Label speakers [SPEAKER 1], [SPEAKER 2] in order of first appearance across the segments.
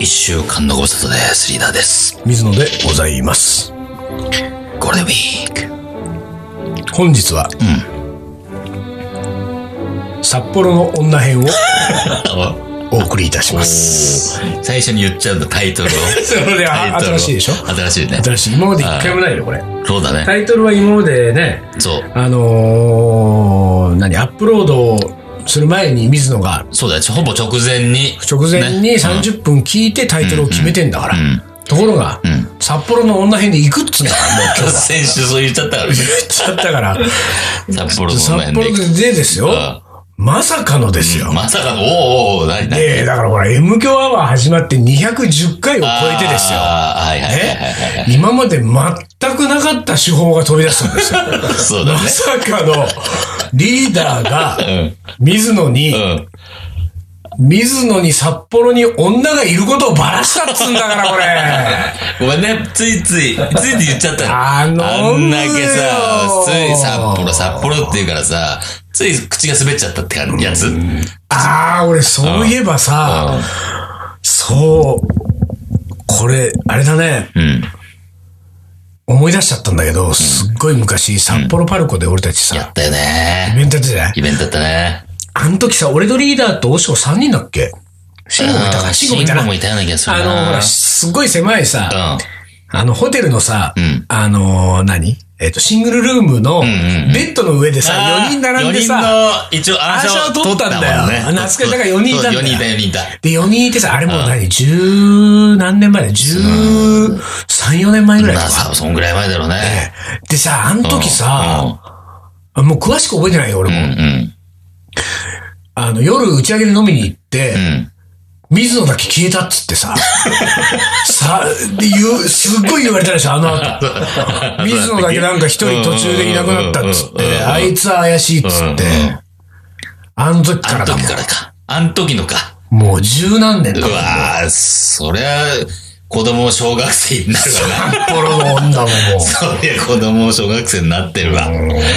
[SPEAKER 1] 一週間のご無沙汰です。リーダーです。
[SPEAKER 2] 水野でございます。
[SPEAKER 1] ゴールデンウィーク。
[SPEAKER 2] 本日は、札幌の女編をお送りいたします。
[SPEAKER 1] 最初に言っちゃうんだ、タイトルを。
[SPEAKER 2] それは
[SPEAKER 1] タイトル
[SPEAKER 2] 新
[SPEAKER 1] を
[SPEAKER 2] しいでしょ
[SPEAKER 1] 新しいね。
[SPEAKER 2] 新しい。今まで一回もないよ、これ。
[SPEAKER 1] そうだね。
[SPEAKER 2] タイトルは今までね、
[SPEAKER 1] そう。
[SPEAKER 2] あのー、何、アップロードする前に水野が
[SPEAKER 1] そうだよ。ほぼ直前に。
[SPEAKER 2] 直前に
[SPEAKER 1] ね
[SPEAKER 2] 30分聞いてタイトルを決めてんだから。
[SPEAKER 1] うん
[SPEAKER 2] ところが、
[SPEAKER 1] うん。
[SPEAKER 2] 札幌の女編で行くっつうんだ から、もう今日は。
[SPEAKER 1] 先週そう言っちゃっ たからね。
[SPEAKER 2] ちゃったから、
[SPEAKER 1] 札幌の
[SPEAKER 2] 札
[SPEAKER 1] 辺で
[SPEAKER 2] 幌。でですよ、まさかのですよ。
[SPEAKER 1] まさかの、おうおうおう、何何
[SPEAKER 2] ええだからこれ、M 響アワー始まって210回を超えてですよ。
[SPEAKER 1] あーはいはいはいはいはい
[SPEAKER 2] ね、今まで全くなかった手法が飛び出すんですよ。
[SPEAKER 1] そうだ
[SPEAKER 2] ま
[SPEAKER 1] ね。
[SPEAKER 2] さかのリーダーが
[SPEAKER 1] うん。
[SPEAKER 2] 水野
[SPEAKER 1] う
[SPEAKER 2] に、
[SPEAKER 1] ん。
[SPEAKER 2] 水野に札幌に女がいることをばらしたっつうんだからこれ。
[SPEAKER 1] ごめんね、ついつい、ついつい言っちゃったの
[SPEAKER 2] あの
[SPEAKER 1] あんだけさ、
[SPEAKER 2] 女よ
[SPEAKER 1] つい札幌、札幌って言うからさ、つい口が滑っちゃったってやつ。
[SPEAKER 2] ああ、俺そういえばさ、そう、これ、あれだね。
[SPEAKER 1] うん。
[SPEAKER 2] 思い出しちゃったんだけど、すっごい昔、札幌パルコで俺たち
[SPEAKER 1] や
[SPEAKER 2] さ、
[SPEAKER 1] った
[SPEAKER 2] イ
[SPEAKER 1] よね。
[SPEAKER 2] ベントやってたじゃない
[SPEAKER 1] イベントだったね。
[SPEAKER 2] あの時さ、俺とリーダーとおしょ3人だっけシンゴもいたか
[SPEAKER 1] う
[SPEAKER 2] ら、
[SPEAKER 1] ん
[SPEAKER 2] シンゴもいたな。
[SPEAKER 1] 慎吾もいたような気がする
[SPEAKER 2] あ
[SPEAKER 1] な。
[SPEAKER 2] の、ほら、すごい狭いさ、あの、ホテルのさ、
[SPEAKER 1] ん
[SPEAKER 2] あのー、何えっ、と、シングルルームの、
[SPEAKER 1] んうん
[SPEAKER 2] ベッドの上でさ、
[SPEAKER 1] うん。
[SPEAKER 2] 4人並んでさ、
[SPEAKER 1] 4人の、一応、アーシャを取ったんだよ。
[SPEAKER 2] アーシャを取ったんだよ懐かしいだから四人いたんだよ
[SPEAKER 1] 4人いた、4人いた。
[SPEAKER 2] で、4人いてさ、あれもう何、十何年前だよ。十三、4年前ぐらい
[SPEAKER 1] ま
[SPEAKER 2] か
[SPEAKER 1] あさ、そんぐらい前だろうね。
[SPEAKER 2] でさ、あの時さ、もう詳しく覚えてないよ、俺
[SPEAKER 1] うん、う
[SPEAKER 2] も。
[SPEAKER 1] ん、
[SPEAKER 2] あの、夜打ち上げで飲みに行って
[SPEAKER 1] う、ん。
[SPEAKER 2] 水野だけ消えたっつってさ、 さ、で言う、すっごい言われたでしょ、あの後。 水野だけなんか一人途中でいなくなったっつっ
[SPEAKER 1] うんうんうんう
[SPEAKER 2] て、
[SPEAKER 1] ん
[SPEAKER 2] あいつは怪しいっつって
[SPEAKER 1] うんうん、
[SPEAKER 2] あの時から
[SPEAKER 1] あの
[SPEAKER 2] だも
[SPEAKER 1] 時
[SPEAKER 2] ん
[SPEAKER 1] からか。あの時のか。
[SPEAKER 2] もう十何年だ
[SPEAKER 1] う
[SPEAKER 2] もん。
[SPEAKER 1] わー、そりゃ、子供小学生になる わな。
[SPEAKER 2] ポロの女ももう。
[SPEAKER 1] そりゃ子供小学生になってるわ。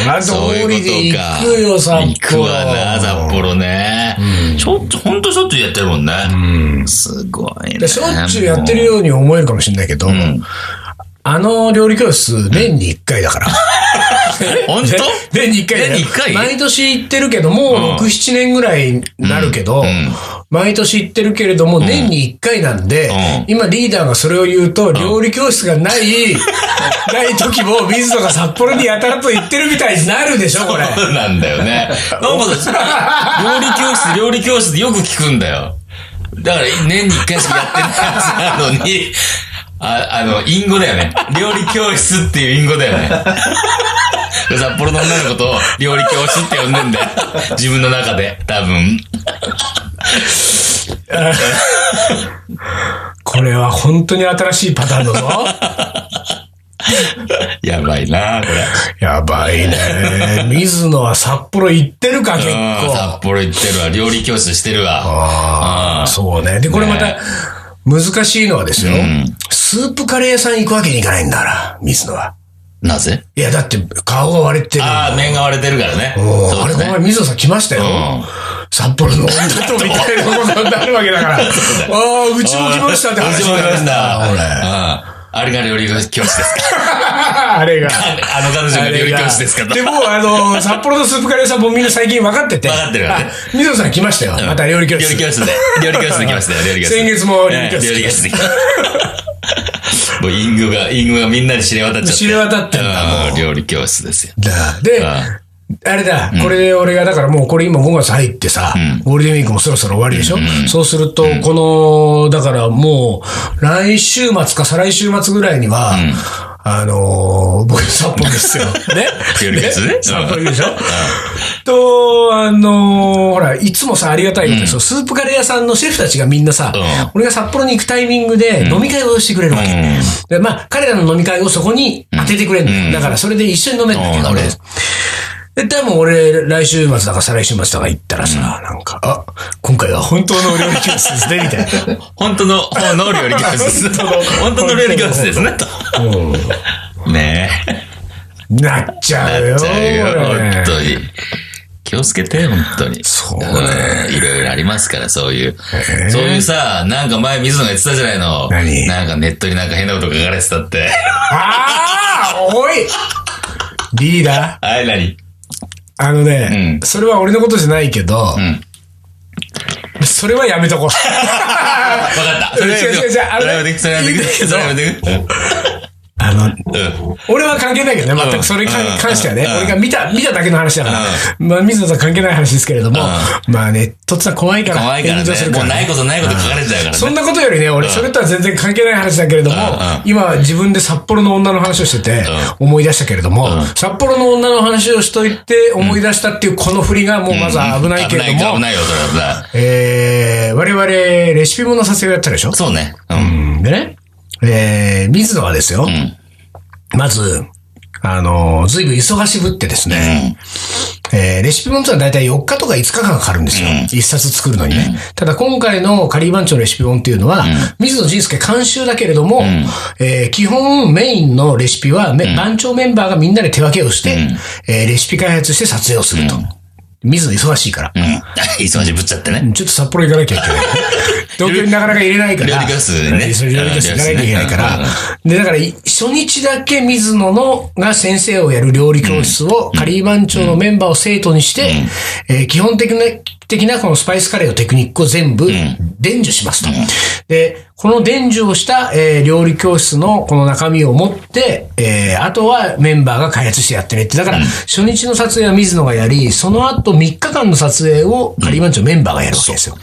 [SPEAKER 2] あ
[SPEAKER 1] そう
[SPEAKER 2] 通り
[SPEAKER 1] い
[SPEAKER 2] で
[SPEAKER 1] う
[SPEAKER 2] 行
[SPEAKER 1] ことか。
[SPEAKER 2] くよ、札幌。
[SPEAKER 1] 行くわな、札幌ね。ちょっと、ほんとしょっちゅうやってるもんね。すごい
[SPEAKER 2] で
[SPEAKER 1] ね。
[SPEAKER 2] しょっちゅうやってるように思えるかもしれないけど、
[SPEAKER 1] ん
[SPEAKER 2] あの料理教室、年に1回だから。
[SPEAKER 1] ほんと
[SPEAKER 2] ね年に1回だよ
[SPEAKER 1] 年に一回
[SPEAKER 2] 毎年行ってるけど、もう6、7年ぐらいになるけど、
[SPEAKER 1] ん
[SPEAKER 2] 毎年行ってるけれども、年に1回なんで、
[SPEAKER 1] うん
[SPEAKER 2] 今リーダーがそれを言うと、料理教室が ない、ない時も、水野が札幌にやたらと行ってるみたいになるでしょ、これ。
[SPEAKER 1] そうなんだよね。 なんかさ、料理教室、料理教室でよく聞くんだよ。だから、年に一回しかやってないはずなのに、あ、あの、隠語だよね。料理教室っていう隠語だよね。札幌の女の子と料理教室って呼んでんだよ。自分の中で、多分。
[SPEAKER 2] これは本当に新しいパターンだ ぞ。
[SPEAKER 1] やばいなこれ。
[SPEAKER 2] やばいね。水野は札幌行ってるか、結
[SPEAKER 1] うん、
[SPEAKER 2] 構。
[SPEAKER 1] 札幌行ってるわ。料理教室してるわ。
[SPEAKER 2] あ
[SPEAKER 1] う
[SPEAKER 2] あ、
[SPEAKER 1] ん
[SPEAKER 2] そうね。で、これまた
[SPEAKER 1] ね、
[SPEAKER 2] 難しいのはですよ、
[SPEAKER 1] ん
[SPEAKER 2] スープカレー屋さん行くわけにいかないんだから、水野は。
[SPEAKER 1] なぜ
[SPEAKER 2] いや、だって、顔が割れてる。
[SPEAKER 1] ああ、麺が割れてるからね。
[SPEAKER 2] もう
[SPEAKER 1] そ
[SPEAKER 2] あ
[SPEAKER 1] う
[SPEAKER 2] れ、
[SPEAKER 1] だ
[SPEAKER 2] この
[SPEAKER 1] ね。
[SPEAKER 2] 前、水野さん来ましたよ。
[SPEAKER 1] うん
[SPEAKER 2] 札幌の女とみたいなことになるわけだから。ああ、うちも来ましたって
[SPEAKER 1] う
[SPEAKER 2] 話
[SPEAKER 1] ち
[SPEAKER 2] に
[SPEAKER 1] も
[SPEAKER 2] な
[SPEAKER 1] 来
[SPEAKER 2] る
[SPEAKER 1] ました。
[SPEAKER 2] 俺
[SPEAKER 1] うん。あれが料理教室ですか
[SPEAKER 2] あれが。
[SPEAKER 1] あの彼女が料理教室ですか
[SPEAKER 2] あれがで、もうあの、札幌のスープカレー屋さんもみんな最近分かってて。
[SPEAKER 1] 分かってるよね
[SPEAKER 2] あ水野さん来ましたよ。また料理教
[SPEAKER 1] 料
[SPEAKER 2] 室
[SPEAKER 1] 理。教室で。料理教室で来ました よ、料理教室。
[SPEAKER 2] 先月も料理教室
[SPEAKER 1] ね料理教室で来ました。もうイングが、イングがみんなに知れ渡っちゃって。
[SPEAKER 2] 知れ渡ってんだ
[SPEAKER 1] うん料理教室ですよ。
[SPEAKER 2] だで、
[SPEAKER 1] あ
[SPEAKER 2] あれだ、これで俺が、だからもうこれ今5月入ってさ、ゴールデンウィークもそろそろ終わりでしょ、そうすると、この、だからもう、来週末か再来週末ぐらいには、あのー、僕札幌 ですよ。ね
[SPEAKER 1] 夜月ね
[SPEAKER 2] ね
[SPEAKER 1] うん
[SPEAKER 2] 札幌でしょと、あのー、ほら、いつもさ、ありがたいことでしょ、スープカレー屋さんのシェフたちがみんなさ、
[SPEAKER 1] うん
[SPEAKER 2] 俺が札幌に行くタイミングで飲み会をしてくれるわけ。
[SPEAKER 1] うん
[SPEAKER 2] でまあ、彼らの飲み会をそこに当ててくれるんだよ、だからそれで一緒に飲めるんだけ
[SPEAKER 1] う
[SPEAKER 2] ど、
[SPEAKER 1] ん
[SPEAKER 2] 俺。で、多分俺、来週末だか再来週末だか行ったらさ、なんか、あ、今回は本当の料理教室ですね、みたいな。
[SPEAKER 1] 本当の、本の料理教室です。本当の料理教室ですね、と。ねえ。
[SPEAKER 2] なっちゃうよ。
[SPEAKER 1] なっちゃうよ、
[SPEAKER 2] 俺
[SPEAKER 1] 本当に。気をつけて、本当に。
[SPEAKER 2] そうね
[SPEAKER 1] んいろいろありますから、そういう。そういうさ、なんか前水野が言ってたじゃないの。
[SPEAKER 2] 何
[SPEAKER 1] なんかネットになんか変なこと書かれてたって。
[SPEAKER 2] ああおいリーダー
[SPEAKER 1] あれ何
[SPEAKER 2] あのね、
[SPEAKER 1] う
[SPEAKER 2] それは俺のことじゃないけど、
[SPEAKER 1] ん
[SPEAKER 2] それはやめ とこう。
[SPEAKER 1] わかった。それはやめ
[SPEAKER 2] 違う違う違うあれね
[SPEAKER 1] てくそれはやめてくそれはやめてくそれはやめてく
[SPEAKER 2] あの、
[SPEAKER 1] うん。うん
[SPEAKER 2] 俺は関係ないけどね、全
[SPEAKER 1] うん
[SPEAKER 2] くそれに関
[SPEAKER 1] うん
[SPEAKER 2] 関してはね、
[SPEAKER 1] うん
[SPEAKER 2] 俺が見た、見ただけの話だから、まあ、水野さん関係ない話ですけれども、まあね、とっつぁん怖いから、
[SPEAKER 1] 怖いから
[SPEAKER 2] 炎上す
[SPEAKER 1] ね。
[SPEAKER 2] る
[SPEAKER 1] も
[SPEAKER 2] か
[SPEAKER 1] う
[SPEAKER 2] ら
[SPEAKER 1] ないことないこと書かれてたからね。
[SPEAKER 2] そんなことよりね、俺、それとは全然関係ない話だけれども
[SPEAKER 1] ん、
[SPEAKER 2] 今、自分で札幌の女の話をしてて、思い出したけれども、札幌の女の話をしといて、思い出したっていうこの振りが、もうまず危ないけれど
[SPEAKER 1] 危ない危
[SPEAKER 2] も、
[SPEAKER 1] ないよ、それはさ。
[SPEAKER 2] えー、我々、レシピ本の撮影をやったでしょ
[SPEAKER 1] そうね。うん。
[SPEAKER 2] でね、えー、水野はですよ、まず、あのー、ずいぶん忙しぶってですね、えー、レシピ本とはだいたい4日とか5日間かかるんですよ。一1冊作るのにね。ただ今回のカリー番長のレシピ本っていうのは、水野仁介監修だけれども、えー基本メインのレシピは、め番長メンバーがみんなで手分けをして、えーレシピ開発して撮影をすると。水野忙しいから。
[SPEAKER 1] うん。忙しいぶっちゃってね。
[SPEAKER 2] ちょっと札幌行かなきゃい けない。東京になかなか入れないから。
[SPEAKER 1] 料理教室にね
[SPEAKER 2] そう料理教室行かなきゃいけないか
[SPEAKER 1] うん
[SPEAKER 2] ら。で、だから、い初日だけ水野のが先生をやる料理教室を、カリー番長のメンバーを生徒にして、えー基本的な、的なこのスパイスカレーのテクニックを全部伝授しますと。で、この伝授をした、えー料理教室のこの中身を持って、えーあとはメンバーが開発してやってねって。だから、初日の撮影は水野がやり、その後3日間の撮影をカリー番長メンバーがやるわけですよ。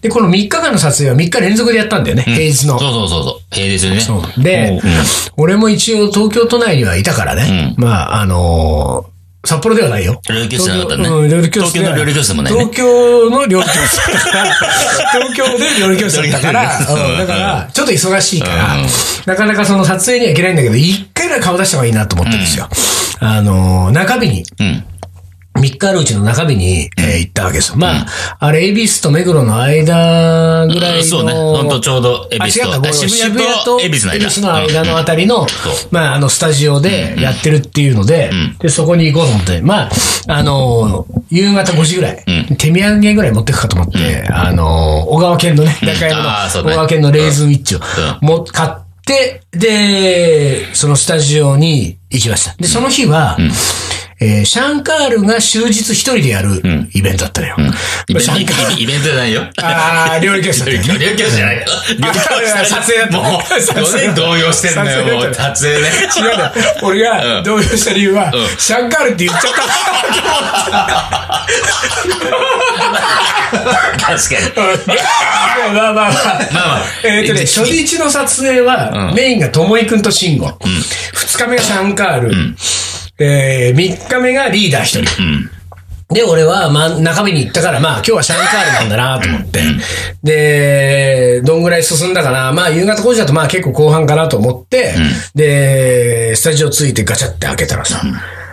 [SPEAKER 2] で、この3日間の撮影は3日連続でやったんだよね、平日の。
[SPEAKER 1] そうそうそうそう。平日にね。
[SPEAKER 2] そうで、俺も一応東京都内にはいたからね。まあ、あのー札幌ではないよ。
[SPEAKER 1] 料理教室じゃなかったね
[SPEAKER 2] 東京うん料理教室では
[SPEAKER 1] 東京の料理教室でもないね
[SPEAKER 2] 東京の料理教室だから。東京で料理教室だったから。
[SPEAKER 1] 料理教室
[SPEAKER 2] うんだから、ちょっと忙しいから、なかなかその撮影には行けないんだけど、一回ぐらい顔出した方がいいなと思ってるんですよ。あのー中日に、
[SPEAKER 1] うん。
[SPEAKER 2] 3日あるうちの中日に、えー行ったわけですよ。まあ、あれ、恵比寿と目黒の間ぐらいの。
[SPEAKER 1] そうね。ほんとちょうど、恵
[SPEAKER 2] あ、
[SPEAKER 1] 比寿
[SPEAKER 2] 違った、ごめ
[SPEAKER 1] と、
[SPEAKER 2] ん
[SPEAKER 1] 渋谷と恵比寿
[SPEAKER 2] の
[SPEAKER 1] の間。
[SPEAKER 2] 間のあたりの、まあ、あの、スタジオでやってるっていうので、で、そこに行こうと思って、まあ、あのー、夕方5時ぐらい、手土産ぐらい持ってくかと思って、あのー、小川県のね、中山の
[SPEAKER 1] あーそう
[SPEAKER 2] 小
[SPEAKER 1] ね
[SPEAKER 2] 川県のレーズンウィッチを
[SPEAKER 1] う
[SPEAKER 2] も、買って、で、そのスタジオに行きました。で、その日は、えーシャンカールが終日一人でやるイベントだったのよ。
[SPEAKER 1] イ
[SPEAKER 2] まあ
[SPEAKER 1] ベン
[SPEAKER 2] シ
[SPEAKER 1] ト
[SPEAKER 2] ャンカール、
[SPEAKER 1] イベントじゃない よ。
[SPEAKER 2] ああ、料理教室だったよね
[SPEAKER 1] 料理教室じゃないよ。料理教 室
[SPEAKER 2] 撮影だった
[SPEAKER 1] もう、5年動揺してんのよ、もう。撮影ね。
[SPEAKER 2] 違うんだよ。俺
[SPEAKER 1] う
[SPEAKER 2] が
[SPEAKER 1] ん
[SPEAKER 2] 動揺した理由は、
[SPEAKER 1] ん
[SPEAKER 2] シャンカールって言っちゃったから。まあま
[SPEAKER 1] 確かに。
[SPEAKER 2] あまあ。
[SPEAKER 1] まあまあ。
[SPEAKER 2] えーとね、
[SPEAKER 1] で
[SPEAKER 2] 初日の撮影は、メインがともいくんとしんご。二日目がシャンカール。えー三日目がリーダー一人。で、俺は、まあ、中身に行ったから、まあ、今日はシャンカールなんだなと思って。で、どんぐらい進んだかな。まあ、夕方5時だと、まあ、結構後半かなと思って、で、スタジオついてガチャって開けたらさ、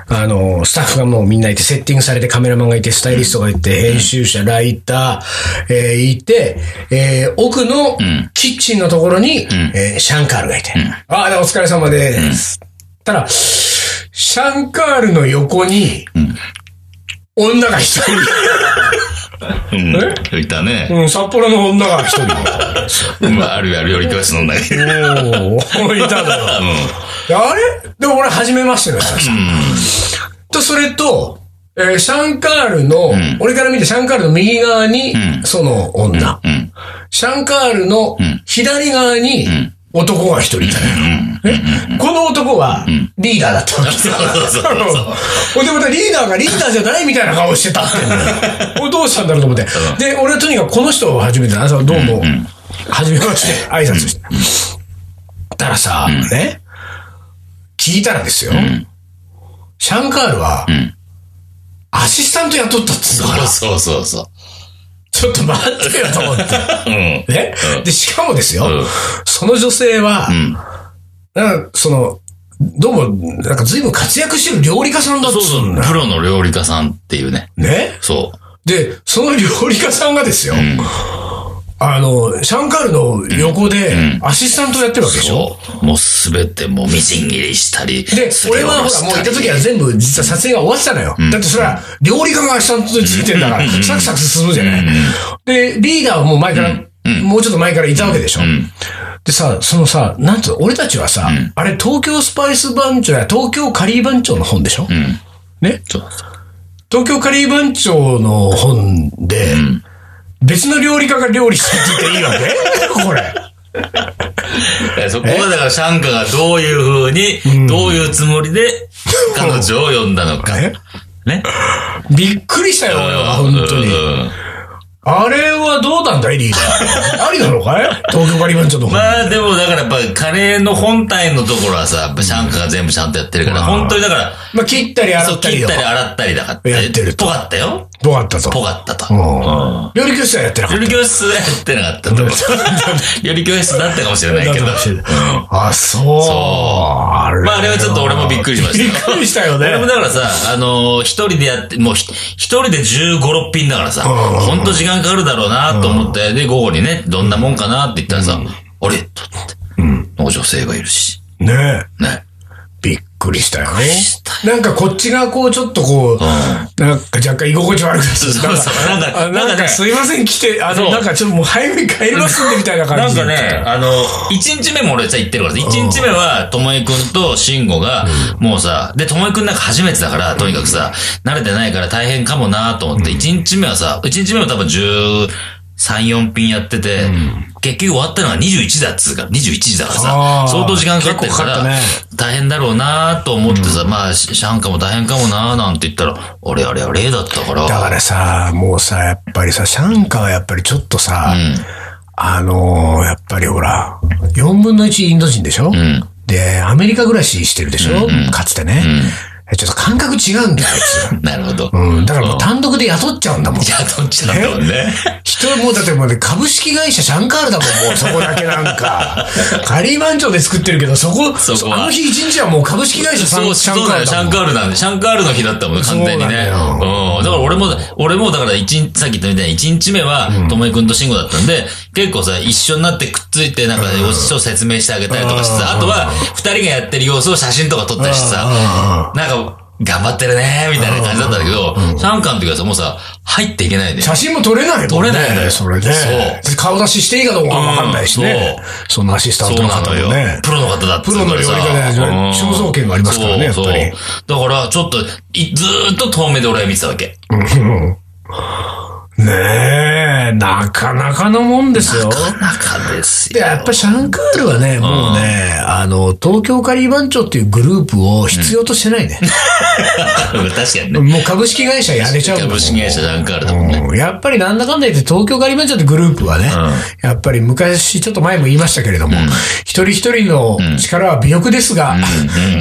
[SPEAKER 2] あの、スタッフがもうみんないて、セッティングされて、カメラマンがいて、スタイリストがいて、編集者、ライター、えーいて、えー奥のキッチンのところに、えーシャンカールがいて、ああ、でお疲れ様です。たら、シャンカールの横に、女が一人。
[SPEAKER 1] うん。いたね。
[SPEAKER 2] うん、札幌の女が一人。
[SPEAKER 1] まあ、あるある料理教室の 中に。うん。
[SPEAKER 2] おいただろ。あれでも俺、初めましてだからさ。と、それと、えーシャンカールの、俺から見てシャンカールの右側に、その女、
[SPEAKER 1] ん
[SPEAKER 2] シャンカールの左側に、男が一人いたのよえこの男は、リーダーだったわけ
[SPEAKER 1] そうそうそうそう。
[SPEAKER 2] ほんでまたリーダーがリーダーじゃないみたいな顔してたってんのよ。どうしたんだろうと思って。で、俺はとにかくこの人を初めてな、朝どうも、初めまして挨拶して。たらさ、ね、聞いたらですよ、シャンカールは、アシスタント雇ったっつうから、
[SPEAKER 1] そうそうそう。
[SPEAKER 2] ちょっと待ってよと思 って。
[SPEAKER 1] うん。
[SPEAKER 2] ね、で、しかもですよ、
[SPEAKER 1] うん
[SPEAKER 2] その女性は、なんかその、どうも、なんか随分活躍してる料理家さんだっつ
[SPEAKER 1] そう
[SPEAKER 2] う
[SPEAKER 1] そ
[SPEAKER 2] ん
[SPEAKER 1] う。
[SPEAKER 2] だよ
[SPEAKER 1] プロの料理家さんっていうね。
[SPEAKER 2] ね
[SPEAKER 1] そう。
[SPEAKER 2] で、その料理家さんがですよ、あの、シャンカールの横で、アシスタントやってるわけでしょ、
[SPEAKER 1] そう。もうすべてもうみじん切りしたり。
[SPEAKER 2] で、俺はほら、もう行った時は全部、実は撮影が終わってたのよ。だってそれは、料理家がアシスタントでついてんだから、サクサク進むじゃない。で、リーダーはもう前から、もうちょっと前からいたわけでしょ。でさ、そのさ、なんつうの、俺たちはさ、あれ、東京スパイス番長や東京カリー番長の本でしょ、ね
[SPEAKER 1] そう
[SPEAKER 2] 東京カリー番長の本で、別の料理家が料理してっていいわけ これ。
[SPEAKER 1] えそこはだからシャンカがどういう風に、どういうつもりで彼女を呼んだのか。
[SPEAKER 2] え
[SPEAKER 1] ね。
[SPEAKER 2] びっくりしたよ、俺は、本当に。
[SPEAKER 1] うん
[SPEAKER 2] あれはどうなんだいリーダー。 ありなのかい東京カリバンチョの方。
[SPEAKER 1] まあでもだからやっぱりカレーの本体のところはさ、やっぱシャンカが全部ちゃんとやってるから、本当にだから、
[SPEAKER 2] まあ、切ったり洗
[SPEAKER 1] そう
[SPEAKER 2] ったり
[SPEAKER 1] 切っ
[SPEAKER 2] と
[SPEAKER 1] たり
[SPEAKER 2] か。
[SPEAKER 1] 洗ったりだから。
[SPEAKER 2] やってると
[SPEAKER 1] ぽかったよ。
[SPEAKER 2] ぽかったと。
[SPEAKER 1] ぽかったと。
[SPEAKER 2] うん料理教室はやってなかっ
[SPEAKER 1] 料理教室はやってなかった と思う。料理教室だったかもしれない
[SPEAKER 2] た。
[SPEAKER 1] けど。
[SPEAKER 2] だったかもしれないあ、そう。あれ
[SPEAKER 1] まああれはちょっと俺もびっくりしま
[SPEAKER 2] びっ
[SPEAKER 1] したよ。
[SPEAKER 2] くりしたよね。
[SPEAKER 1] 俺もだからさ、あのー一人でやって、もうひ一人で15、6品だからさ、
[SPEAKER 2] ん
[SPEAKER 1] ほんと時間かかるだろうなと思って、で、午後にね、どんなもんかなって言ったらさ、あれと思って、お女性がいるし、
[SPEAKER 2] ねえ
[SPEAKER 1] ね。
[SPEAKER 2] びっくりしたよね
[SPEAKER 1] びっくりし。
[SPEAKER 2] なんかこっちがこう、ちょっとこう、なんか若干居心地悪くなって
[SPEAKER 1] そうそうそう
[SPEAKER 2] なんか、あ
[SPEAKER 1] な
[SPEAKER 2] な
[SPEAKER 1] んか
[SPEAKER 2] ん
[SPEAKER 1] なんか
[SPEAKER 2] か
[SPEAKER 1] ね
[SPEAKER 2] すいません来て、あ
[SPEAKER 1] そ
[SPEAKER 2] の、
[SPEAKER 1] う
[SPEAKER 2] なんかちょっともう早めに帰りますんでみたいな
[SPEAKER 1] な
[SPEAKER 2] 感
[SPEAKER 1] ん
[SPEAKER 2] じ。
[SPEAKER 1] かね、あの、1日目も俺さ、行ってるからさ、1日目は、ともえくんとしんごが、もうさ、で、ともえくんなんか初めてだから、とにかくさ、慣れてないから大変かもなと思って、1日目はさ、1日目は多分13、4品やってて、結局終わったのが21時だっつうから、21時だから
[SPEAKER 2] あ
[SPEAKER 1] さ
[SPEAKER 2] ー、
[SPEAKER 1] 相当時間かかってる
[SPEAKER 2] 結
[SPEAKER 1] か
[SPEAKER 2] 構
[SPEAKER 1] ら、
[SPEAKER 2] かかっ
[SPEAKER 1] 大変だろうなと思ってさ、まあ、シシャンカも大変かもななんて言ったら、あれあれあれだったから、
[SPEAKER 2] だからさ、もうさ、やっぱりさ、シャンカはやっぱりちょっとさ、あのーやっぱりほら、4分の1インド人でしょ、で、アメリカ暮らししてるでしょ、かつてね、えちょっと感覚違うんだよ、あい つ。
[SPEAKER 1] なるほど。
[SPEAKER 2] うん、だからもう単独で雇っちゃうんだもん。
[SPEAKER 1] 雇っちゃったもんね。
[SPEAKER 2] 人、もうだってもうね、株式会社シャンカールだもん、もうそこだけなん か。カリーマンチョで作ってるけど、そこ、
[SPEAKER 1] そこは
[SPEAKER 2] あの日一日はもう株式会社さ
[SPEAKER 1] そ
[SPEAKER 2] ん
[SPEAKER 1] う、
[SPEAKER 2] シ
[SPEAKER 1] シ
[SPEAKER 2] ャン
[SPEAKER 1] ャン
[SPEAKER 2] カー
[SPEAKER 1] カー
[SPEAKER 2] ル
[SPEAKER 1] ル。シ
[SPEAKER 2] だ
[SPEAKER 1] ャ
[SPEAKER 2] もん。
[SPEAKER 1] ンカールなんで、シャンカールの日だったもんね、完全にね。
[SPEAKER 2] そうな
[SPEAKER 1] うん。だから俺も、俺もだから一日、さっき言ったみたいに一日目は、ともえくんとしんごだったんで、結構さ、一緒になってくっついて、なんか、お師匠説明してあげたりとかしてさ、あとは、二人がやってる様子を写真とか撮ったりしてさ、なんか、頑張ってるねみたいな感じだったんだけど、シャンカーの時はさ、もうさ、入っていけないで。
[SPEAKER 2] 写真も撮れないもんね。
[SPEAKER 1] 撮れないのよ
[SPEAKER 2] それね。
[SPEAKER 1] そ
[SPEAKER 2] 顔出ししていいかどうかもわかんないしね。
[SPEAKER 1] うん
[SPEAKER 2] そのアシスタ
[SPEAKER 1] そ
[SPEAKER 2] ン
[SPEAKER 1] う
[SPEAKER 2] トの
[SPEAKER 1] な
[SPEAKER 2] 方
[SPEAKER 1] の
[SPEAKER 2] も
[SPEAKER 1] よ
[SPEAKER 2] ね。。
[SPEAKER 1] プロの方だって
[SPEAKER 2] プロの料理家だよね肖像権がありますからね
[SPEAKER 1] そう
[SPEAKER 2] やっぱ
[SPEAKER 1] そうだから、ちょっと、いずーっと遠目で俺は見てたわけ。
[SPEAKER 2] ねえ、なかなかのもんですよ。
[SPEAKER 1] 中です
[SPEAKER 2] で、
[SPEAKER 1] よ。
[SPEAKER 2] やっぱシャンカールはね、もうね、あの、東京カリー番長っていうグループを必要としてないね。
[SPEAKER 1] 確かにね。
[SPEAKER 2] もう株式会社やれちゃうもん
[SPEAKER 1] 株式会社なんかあるだもんね。
[SPEAKER 2] うんやっぱりなんだかんだ言って東京ガリバンチョってグループはね、やっぱり昔、ちょっと前も言いましたけれども、一人一人の力は微力ですが、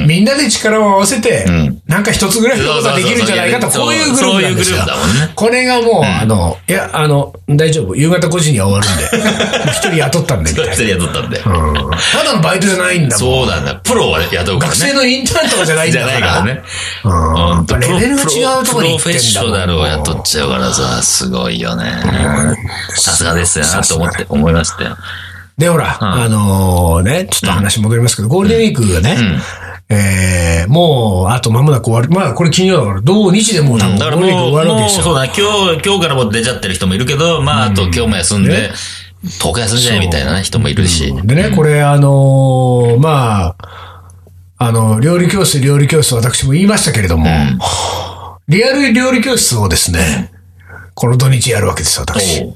[SPEAKER 2] みんなで力を合わせて、なんか一つぐらいのことができるんじゃないかと、
[SPEAKER 1] そ
[SPEAKER 2] こ
[SPEAKER 1] う
[SPEAKER 2] う
[SPEAKER 1] そう
[SPEAKER 2] いう
[SPEAKER 1] そう
[SPEAKER 2] グループなんですよ
[SPEAKER 1] そういうグループだもんね。
[SPEAKER 2] これがもう、あの、いや、あの、大丈夫。夕方5時には終わるん で、一人雇ったんで、みたいな
[SPEAKER 1] 一。人雇ったんで。
[SPEAKER 2] うんただのバイトじゃないんだもん。
[SPEAKER 1] そうなんだ。プロは雇うから
[SPEAKER 2] 学生
[SPEAKER 1] ね。
[SPEAKER 2] のインターンとかじゃないん
[SPEAKER 1] じ
[SPEAKER 2] だ
[SPEAKER 1] ゃ
[SPEAKER 2] か
[SPEAKER 1] な
[SPEAKER 2] ら。
[SPEAKER 1] いからね。
[SPEAKER 2] うん
[SPEAKER 1] うん
[SPEAKER 2] やっぱレベルが違うとこに行ってんだもん
[SPEAKER 1] プロフェッショナルを雇っちゃうからさ、すごいよね。さすがですよなと思って、思いましたよ。
[SPEAKER 2] で、ほら、あのね、ちょっと話戻りますけど、ゴールデンウィークがね、えー、もう、あと間もなく終わる。まあ、これ金曜だから、同日でもう多分、
[SPEAKER 1] だから
[SPEAKER 2] ゴールデンウィーク
[SPEAKER 1] もう、
[SPEAKER 2] 終わるわけ
[SPEAKER 1] もう
[SPEAKER 2] です
[SPEAKER 1] そ
[SPEAKER 2] よ。
[SPEAKER 1] うだ、今日、今日からもう出ちゃってる人もいるけど、まあ、あと今日も休んで、10日休んじゃえみたいなね人もいるし。
[SPEAKER 2] でね、これ、あのーまあ、あの、料理教室、料理教室、私も言いましたけれども、リアル料理教室をですね、この土日やるわけですよ、私。
[SPEAKER 1] おう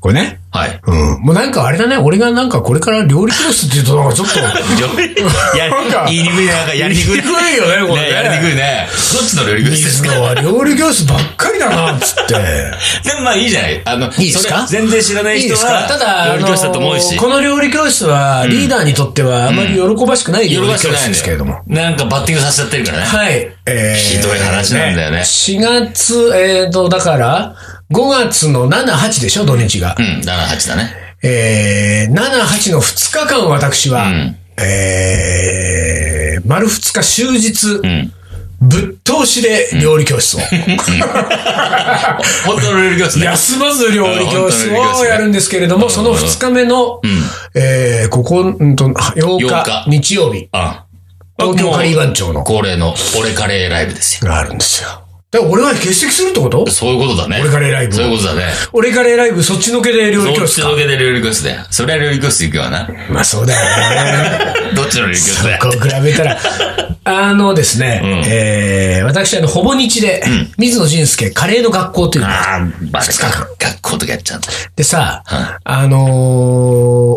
[SPEAKER 2] これね。
[SPEAKER 1] はい。
[SPEAKER 2] うん。もうなんかあれだね、俺がなんかこれから料理教室って言うと、なんかちょっと、
[SPEAKER 1] いや
[SPEAKER 2] なんか
[SPEAKER 1] 言いにくいね、なんか やり にくい。
[SPEAKER 2] 言いにくいよねこれね
[SPEAKER 1] やりにくいね。どっちの料理グッズです
[SPEAKER 2] 水
[SPEAKER 1] か
[SPEAKER 2] 野は料理教室ばっかりだな、つって。
[SPEAKER 1] でもまあいいじゃない。あの、
[SPEAKER 2] いいですか
[SPEAKER 1] それ全然知らない
[SPEAKER 2] いい
[SPEAKER 1] 人
[SPEAKER 2] ですか、
[SPEAKER 1] は
[SPEAKER 2] ただ、
[SPEAKER 1] 料理教室だと思う
[SPEAKER 2] あ
[SPEAKER 1] し。
[SPEAKER 2] のこの料理教室は、リーダーにとっては、あまり喜ばしくない料理
[SPEAKER 1] 喜ば
[SPEAKER 2] 教
[SPEAKER 1] しくな
[SPEAKER 2] 室
[SPEAKER 1] いん
[SPEAKER 2] で
[SPEAKER 1] だ
[SPEAKER 2] すけれども
[SPEAKER 1] よ。。なんかバッティングさせちゃってるからね。
[SPEAKER 2] はい。えー
[SPEAKER 1] ひどい話なんだよね
[SPEAKER 2] 4月、えーと、だから、5月の7、8でしょ、土日が。
[SPEAKER 1] うん、7、8だね。
[SPEAKER 2] えー、7、8の2日間私は、
[SPEAKER 1] ん
[SPEAKER 2] えー、丸2日終日、
[SPEAKER 1] ん
[SPEAKER 2] ぶっ通しで料理教室 を。
[SPEAKER 1] 本当の料理教室ね。
[SPEAKER 2] 休まず料理教室をやるんですけれども、その2日目の、えー、ここ、うんと、8日、
[SPEAKER 1] 8
[SPEAKER 2] 日曜日、
[SPEAKER 1] あ
[SPEAKER 2] 東京カリー番長の、
[SPEAKER 1] 恒例の俺カレーライブですよ。
[SPEAKER 2] があるんですよ。だから俺は欠席するってこと
[SPEAKER 1] そういうことだね。
[SPEAKER 2] 俺カレーライブ
[SPEAKER 1] そういうことだね。
[SPEAKER 2] 俺カレーライブ、そっちのけで料理
[SPEAKER 1] ど
[SPEAKER 2] 教
[SPEAKER 1] っち
[SPEAKER 2] 室
[SPEAKER 1] の
[SPEAKER 2] か。
[SPEAKER 1] けで料理教室だよ。そりゃ料理教室行くわ な。
[SPEAKER 2] まあそうだよね。
[SPEAKER 1] どっちの料理教室
[SPEAKER 2] そ
[SPEAKER 1] だよ。
[SPEAKER 2] こ比べたら、あのですね、えー、私、あの、ほぼ日で、水野仁介、カレーの学校というのを
[SPEAKER 1] ああ、まず学校とかやっちゃうんだ。
[SPEAKER 2] でさ、あの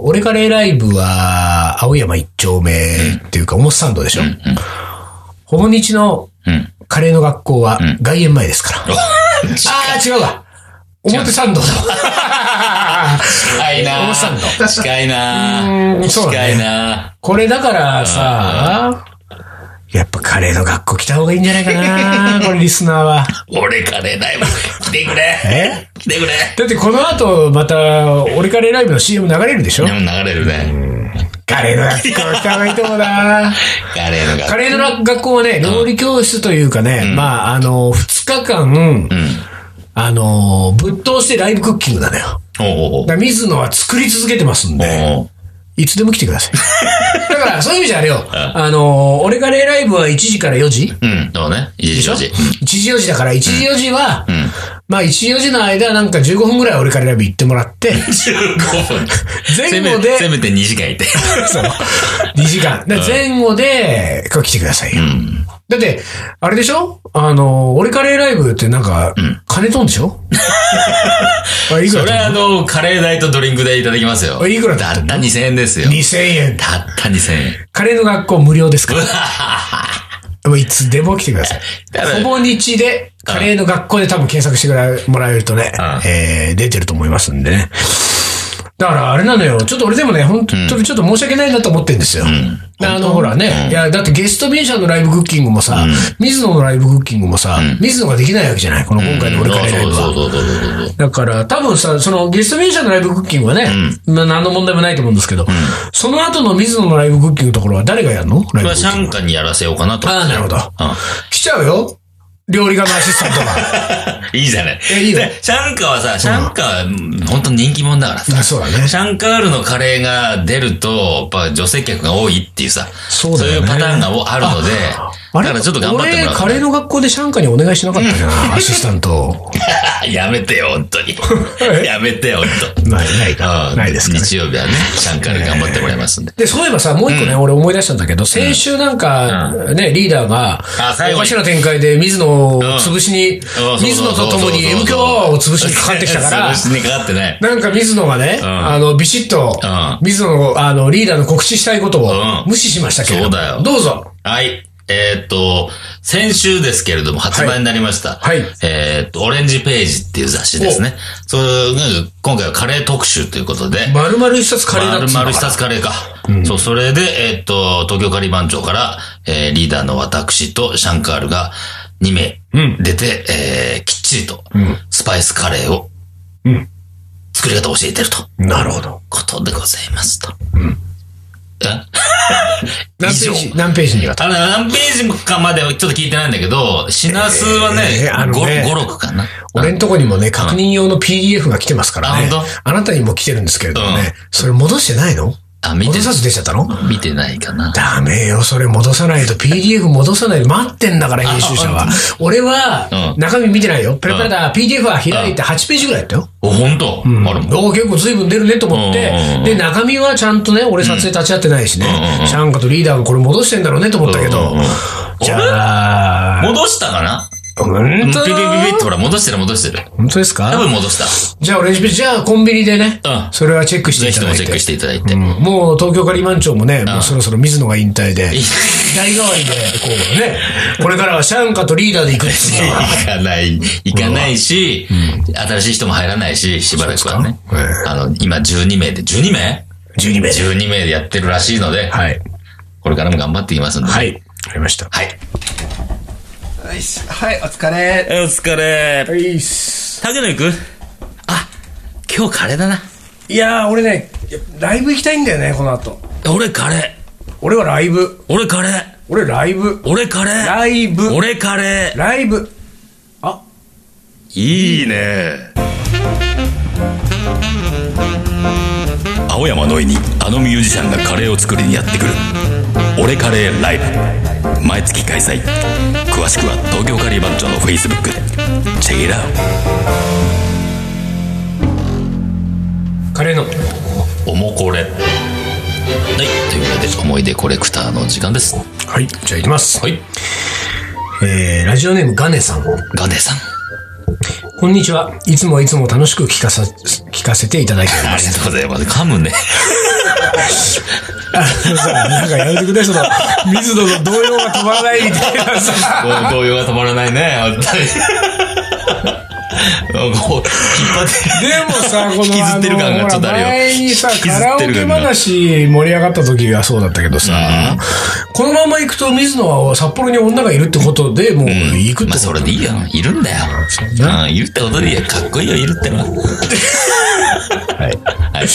[SPEAKER 2] ー俺カレーライブは、青山一丁目っていうか、表参道でしょ。ほぼ日の
[SPEAKER 1] うん。
[SPEAKER 2] カレーの学校は、外苑前ですから。ああ、違うわ。表参道だわ。
[SPEAKER 1] 近いな
[SPEAKER 2] 表参道
[SPEAKER 1] ぁ。近いな
[SPEAKER 2] うー
[SPEAKER 1] ぁ。
[SPEAKER 2] んそうだね
[SPEAKER 1] 近いな
[SPEAKER 2] これだからさ、やっぱカレーの学校来た方がいいんじゃないか な、これリスナーは。
[SPEAKER 1] ぁ。俺カレーライブ、来てくれ
[SPEAKER 2] え
[SPEAKER 1] 来てくれ
[SPEAKER 2] だってこの後、また、俺カレーライブの CM 流れるでしょ
[SPEAKER 1] でも流れるね。
[SPEAKER 2] カレーの学校行った方がいいと思うな
[SPEAKER 1] カレーの学
[SPEAKER 2] カレーの学校はね、料理教室というかね、まあ、あの、2日間、あの、ぶっ通してライブクッキングなのよ。
[SPEAKER 1] 校。おうおう
[SPEAKER 2] だから水野は作り続けてますんで、
[SPEAKER 1] おう
[SPEAKER 2] いつでも来てくださ い。だから、そういう意味じゃあれよ、あの、俺カレーライブは1時から4時
[SPEAKER 1] うん、そうね。いいでしょ
[SPEAKER 2] 1時4時だから、1時4時は、まあ1時4時の間、なんか15分ぐらい俺カレーライブ行ってもらって、
[SPEAKER 1] 15分。
[SPEAKER 2] 前後で
[SPEAKER 1] せめせめて2時間いて。
[SPEAKER 2] そう。2時間。で前後で、こう来てくださいよ。だって、あれでしょあの、俺カレーライブってなんか、金飛んでし ょあいく
[SPEAKER 1] そ
[SPEAKER 2] ら
[SPEAKER 1] れ
[SPEAKER 2] だ
[SPEAKER 1] はあの、カレー代とドリンク代いただきますよ。
[SPEAKER 2] おいくら
[SPEAKER 1] だ
[SPEAKER 2] だ
[SPEAKER 1] った ?2000 円ですよ。
[SPEAKER 2] ?2000 円。
[SPEAKER 1] たった2000円。
[SPEAKER 2] カレーの学校無料ですから。もういつでも来てください
[SPEAKER 1] だか。ら
[SPEAKER 2] ほぼ日で、カレーの学校で多分検索してくらもらえるとね、
[SPEAKER 1] うん
[SPEAKER 2] えー、出てると思いますんでね。だからあれなのよ。ちょっと俺でもね、本当にちょっと申し訳ないなと思ってんですよ。あの、ほらね、いや、だってゲストミュージシャンのライブクッキングもさ、水野のライブクッキングもさ、水野ができないわけじゃないこの 今回の俺からライブ
[SPEAKER 1] そう
[SPEAKER 2] は。
[SPEAKER 1] そうそうそうそうそう。
[SPEAKER 2] だから、多分さ、そのゲストミュージシャンのライブクッキングはね、まあ何の問題もないと思うんですけど、その後の水野のライブクッキングのところは誰がやるのライ
[SPEAKER 1] これ
[SPEAKER 2] ブ
[SPEAKER 1] は
[SPEAKER 2] クッキング。
[SPEAKER 1] シャンカにやらせようかなと。
[SPEAKER 2] ああ、なるほ ど。
[SPEAKER 1] う
[SPEAKER 2] 来ちゃうよ料理家のアシスタント が。
[SPEAKER 1] ん。いいじゃない。
[SPEAKER 2] えいいよ
[SPEAKER 1] でシャンカはさ、シャンカは本当に人気者だからさ。
[SPEAKER 2] あそうだね
[SPEAKER 1] シャンカールのカレーが出ると、やっぱ女性客が多いっていうさ。
[SPEAKER 2] そうだよね
[SPEAKER 1] いうパターンがあるので。だからちょっと頑張ってもら
[SPEAKER 2] 俺、
[SPEAKER 1] う。
[SPEAKER 2] カレーの学校でシャンカにお願いしなかったじゃん、アシスタン ト。
[SPEAKER 1] やめてよ、本当に
[SPEAKER 2] え。
[SPEAKER 1] やめてよ、本当。
[SPEAKER 2] ないない
[SPEAKER 1] うん
[SPEAKER 2] ないですかね
[SPEAKER 1] 日曜日はね、シャンカール頑張ってもらいますんで。
[SPEAKER 2] で、そういえばさ、もう一個ね、俺思い出したんだけど、先週なんか、ね、リーダーが
[SPEAKER 1] あ、
[SPEAKER 2] お
[SPEAKER 1] 最後に
[SPEAKER 2] かしな展開で水野を潰しに
[SPEAKER 1] うん、
[SPEAKER 2] 水野と共に
[SPEAKER 1] そ
[SPEAKER 2] M
[SPEAKER 1] うそうそうそう
[SPEAKER 2] 響を潰しにかかってきたから
[SPEAKER 1] 潰、しにかかってね。
[SPEAKER 2] なんか水野がね、
[SPEAKER 1] ん
[SPEAKER 2] あの、ビシッと
[SPEAKER 1] うん、
[SPEAKER 2] 水野の、あの、リーダーの告知したいことを
[SPEAKER 1] うん
[SPEAKER 2] 無視しましたけれど
[SPEAKER 1] そうだよ
[SPEAKER 2] どうぞ。
[SPEAKER 1] はい。えーっと、先週ですけれども、発売になりました。
[SPEAKER 2] はいはい
[SPEAKER 1] えーっと、オレンジページっていう雑誌ですね。それが、今回はカレー特集ということで。
[SPEAKER 2] 丸々一冊カレーだった
[SPEAKER 1] 丸
[SPEAKER 2] んだから
[SPEAKER 1] 々一つカレーか。そう、それで、えーっと、東京カリバン長から、えーリーダーの私とシャンカールが2名出て、えーきっちりと、スパイスカレーを、
[SPEAKER 2] ん
[SPEAKER 1] 作り方を教えてると。
[SPEAKER 2] なるほど。
[SPEAKER 1] ことでございますと。え
[SPEAKER 2] 何ページ何ページにわた
[SPEAKER 1] あの、何ページかまではちょっと聞いてないんだけど、品数はね、
[SPEAKER 2] えーあのね
[SPEAKER 1] 5、6かな。
[SPEAKER 2] 俺んとこにもね、確認用の PDF が来てますからね
[SPEAKER 1] あ本。
[SPEAKER 2] あなたにも来てるんですけれども
[SPEAKER 1] うん
[SPEAKER 2] ね。それ戻してないの
[SPEAKER 1] あ、見て
[SPEAKER 2] 戻、さず出ちゃったの
[SPEAKER 1] 見てないかな。
[SPEAKER 2] ダメよ、それ戻さないと。PDF 戻さないで待ってんだから、編集者は。俺は
[SPEAKER 1] う、ん
[SPEAKER 2] 中身見てないよ。ペラペラだ、PDF は開いて8ページぐらいやったよ。
[SPEAKER 1] お、ほんと、あれも。
[SPEAKER 2] おー結構随分出るねと思って
[SPEAKER 1] うんうんう、ん
[SPEAKER 2] で、中身はちゃんとね、俺撮影立ち会ってないしね
[SPEAKER 1] うんうんう、ん
[SPEAKER 2] シャンカとリーダーもこれ戻してんだろうねと思ったけど
[SPEAKER 1] うんうんうん、
[SPEAKER 2] じゃあ、
[SPEAKER 1] 戻したかなピ
[SPEAKER 2] 本
[SPEAKER 1] ピピ
[SPEAKER 2] 当
[SPEAKER 1] ピピってほら、戻してる戻してる。
[SPEAKER 2] 本当ですか
[SPEAKER 1] 多分戻した。
[SPEAKER 2] じゃあ、オレンジページ、じゃあ、コンビニでね、
[SPEAKER 1] うん
[SPEAKER 2] それはチェックして
[SPEAKER 1] ぜ
[SPEAKER 2] い
[SPEAKER 1] ひ
[SPEAKER 2] た
[SPEAKER 1] と
[SPEAKER 2] だ
[SPEAKER 1] も
[SPEAKER 2] い
[SPEAKER 1] チ
[SPEAKER 2] て。
[SPEAKER 1] ェックしていただいて。
[SPEAKER 2] うんもう、東京カリーマン長もね、もうそろそろ水野が引退で、大代わりで、こう ね、これからはシャンカとリーダーで行くっていうのは
[SPEAKER 1] 行かない、行かないし、新しい人も入らないし、しばらくはね
[SPEAKER 2] そうです。
[SPEAKER 1] あの、今12名で、12名
[SPEAKER 2] 12名で。
[SPEAKER 1] ?12 名でやってるらしいので、
[SPEAKER 2] はい。
[SPEAKER 1] これからも頑張っていきますんで。。
[SPEAKER 2] はいい。わかりました。
[SPEAKER 1] はい。
[SPEAKER 3] よしはい、お疲れ。
[SPEAKER 1] お疲れ。
[SPEAKER 2] いっす。
[SPEAKER 1] 竹野行くあ、今日カレーだな。
[SPEAKER 2] いやー、俺ね、ライブ行きたいんだよね、この後。
[SPEAKER 1] 俺カレー。
[SPEAKER 2] 俺はライブ。
[SPEAKER 1] 俺カレー。
[SPEAKER 2] 俺ライブ。
[SPEAKER 1] 俺カレー。
[SPEAKER 2] ライブ
[SPEAKER 1] 俺カレ
[SPEAKER 2] ライブ。
[SPEAKER 1] ー。いいね。青山のいにあのミュージシャンがカレーを作りにやってくる「俺カレーライブ」毎月開催詳しくは東京カリー番長のフェイスブックでチェックイラー
[SPEAKER 2] カレーの。
[SPEAKER 1] おもこれはいということで思い出コレクターの時間ですは
[SPEAKER 2] はい。じゃあ行きます。
[SPEAKER 1] い
[SPEAKER 2] えー、ラジオネームガネさん。
[SPEAKER 1] ガネさん
[SPEAKER 2] こんにちは。いつもいつも楽しく聞かさ、聞かせていただいており
[SPEAKER 1] あ
[SPEAKER 2] ま
[SPEAKER 1] り
[SPEAKER 2] す。
[SPEAKER 1] がとうございます噛むね
[SPEAKER 2] あの さ、なんかやめてください。その、水野の動揺が止まらないみたいなさ。
[SPEAKER 1] 動揺が止まらないね本 当になんかこう引っ張っ て
[SPEAKER 2] でもさ、この、
[SPEAKER 1] 引きずってる感がちょっとあるよ
[SPEAKER 2] のほら前にさ
[SPEAKER 1] 引、きず
[SPEAKER 2] カラ
[SPEAKER 1] っ
[SPEAKER 2] オ
[SPEAKER 1] てる
[SPEAKER 2] ケ
[SPEAKER 1] 感が
[SPEAKER 2] 話盛り上がった時がそうだったけどさ、このまま行くと水野は札幌に女がいるってことで、もう行くって
[SPEAKER 1] ま
[SPEAKER 2] こと
[SPEAKER 1] あそれでいいよいるんだよ、うん、いるってことでいいよかっこいいよいるってのははい、はい、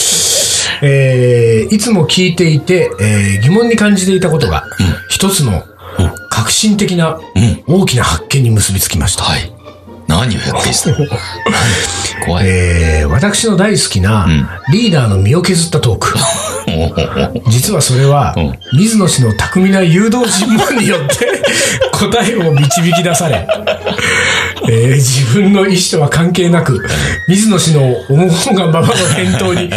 [SPEAKER 2] えーいつも聞いていて、えー疑問に感じていたことが、一つの革新的な大きな発見に結びつきました。
[SPEAKER 1] はい。何をやってし たの怖い。
[SPEAKER 2] えー私の大好きなリーダーの身を削ったトー ク。実はそれは、水野氏の巧みな誘導尋問によって 答えを導き出され、えー自分の意思とは関係なく、水野氏の思うがままの返答に置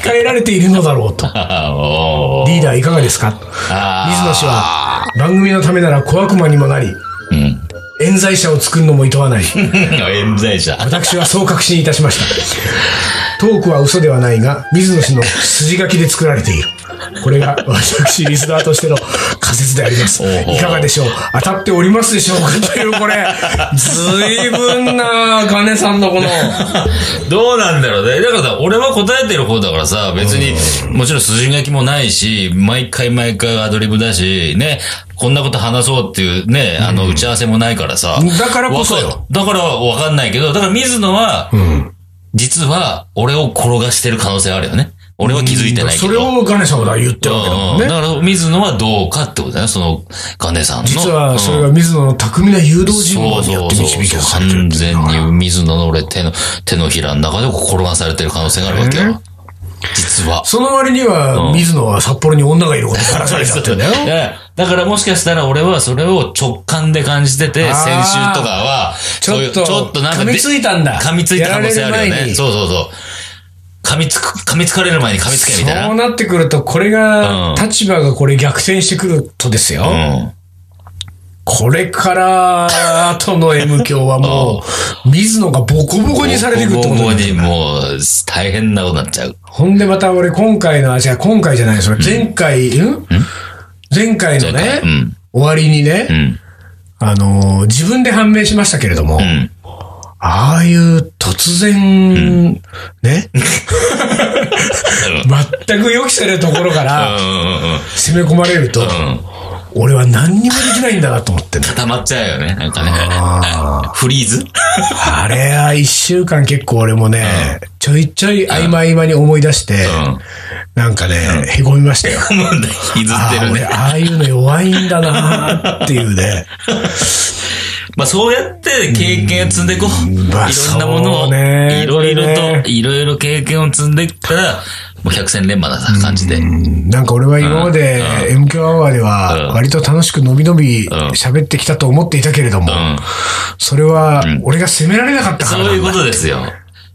[SPEAKER 2] き換えられているのだろうと。
[SPEAKER 1] おー
[SPEAKER 2] リーダーいかがですか
[SPEAKER 1] あー
[SPEAKER 2] 水野氏は番組のためなら小悪魔にもなり、
[SPEAKER 1] うん。
[SPEAKER 2] 冤罪者を作るのも厭わない。
[SPEAKER 1] 冤罪者。
[SPEAKER 2] 私はそう確信いたしました。ト ークは嘘ではないが、水野氏の筋書きで作られている。これが私、リスナーとしての仮説であります。
[SPEAKER 1] おうおう
[SPEAKER 2] いかがでしょう当たっておりますでしょうかという、これ、ずいぶんな、ガネさんのこの、
[SPEAKER 1] どうなんだろうね。だからさ、俺は答えてる方だからさ、別に、もちろん筋書きもないし、毎回毎回アドリブだし、ね、こんなこと話そうっていうね、あの、打ち合わせもないからさ。
[SPEAKER 2] だからこそよ
[SPEAKER 1] わか。だからわかんないけど、だから水野は、実は、俺を転がしてる可能性はあるよね。俺は気づいてないけど。
[SPEAKER 2] それをガネさんは言ってるわけだもん
[SPEAKER 1] うん
[SPEAKER 2] ね。
[SPEAKER 1] だから、水野はどうかってことだよ、その、金さんの。
[SPEAKER 2] 実は、それが
[SPEAKER 1] が、
[SPEAKER 2] 水野の巧みな誘導尋
[SPEAKER 1] そ
[SPEAKER 2] 問
[SPEAKER 1] う
[SPEAKER 2] によ
[SPEAKER 1] そ
[SPEAKER 2] っ
[SPEAKER 1] う
[SPEAKER 2] て
[SPEAKER 1] そう
[SPEAKER 2] 導き出されてる
[SPEAKER 1] 完。全に水野の俺手の、手のひらの中で転がされてる可能性があるわけよ。実は。
[SPEAKER 2] その割には、水野は札幌に女がいることからされちゃって んだよ。
[SPEAKER 1] だからだからもしかしたら俺はそれを直感で感じてて、
[SPEAKER 2] あー
[SPEAKER 1] 先週とかは、
[SPEAKER 2] ちょっと
[SPEAKER 1] そういうちょっとなんかで
[SPEAKER 2] 噛みついたんだ
[SPEAKER 1] 噛みついた可能性ある
[SPEAKER 2] やられる
[SPEAKER 1] よ
[SPEAKER 2] 前
[SPEAKER 1] ね。
[SPEAKER 2] に
[SPEAKER 1] そうそうそう。噛みつく、噛みつかれる前に噛みつけみたいな。
[SPEAKER 2] そうなってくると、これが、
[SPEAKER 1] うん
[SPEAKER 2] 立場がこれ逆転してくるとですよ。
[SPEAKER 1] うん。
[SPEAKER 2] これから、後の M 教はも う、水野がボコボコにされていくってこと
[SPEAKER 1] ボコボコ
[SPEAKER 2] だ
[SPEAKER 1] にもう、大変なことになっちゃう。
[SPEAKER 2] ほんでまた俺今回の、あ、違う、今回じゃない、それ前回、ん前回の
[SPEAKER 1] 前
[SPEAKER 2] ね
[SPEAKER 1] 回うん、
[SPEAKER 2] 終わりに
[SPEAKER 1] う
[SPEAKER 2] ね、
[SPEAKER 1] ん。
[SPEAKER 2] あのー、自分で判明しましたけれども
[SPEAKER 1] う、ん。
[SPEAKER 2] ああいう突然、ね、全く予期せぬところから
[SPEAKER 1] うんうんうん。
[SPEAKER 2] 攻め込まれると、俺は何にもできないんだなと思ってんだ
[SPEAKER 1] 溜まっちゃうよね、なんかね。フリーズ
[SPEAKER 2] あれは一週間結構俺もね、ちょいちょい合間合間に思い出して、
[SPEAKER 1] うん。
[SPEAKER 2] なんかね、へこみましたよ。
[SPEAKER 1] 問題引きずっ
[SPEAKER 2] あ
[SPEAKER 1] て
[SPEAKER 2] あ、
[SPEAKER 1] る
[SPEAKER 2] 俺、
[SPEAKER 1] ね。
[SPEAKER 2] ああいうの弱いんだなーっていうね。
[SPEAKER 1] まあそうやって経験を積んでいこう。いろ
[SPEAKER 2] んまあ
[SPEAKER 1] んなもの
[SPEAKER 2] そう
[SPEAKER 1] を、
[SPEAKER 2] ね
[SPEAKER 1] いろいろ
[SPEAKER 2] これね
[SPEAKER 1] と、いろいろ経験を積んでいったら、もう百戦錬磨なさ感じで。
[SPEAKER 2] うんなんか俺は今まで m q アワーでは
[SPEAKER 1] うん
[SPEAKER 2] 割と楽しくのびのび
[SPEAKER 1] ん
[SPEAKER 2] 喋ってきたと思っていたけれども、それは俺が責められなかったか
[SPEAKER 1] そう
[SPEAKER 2] ら
[SPEAKER 1] いう
[SPEAKER 2] な。
[SPEAKER 1] ことですよ。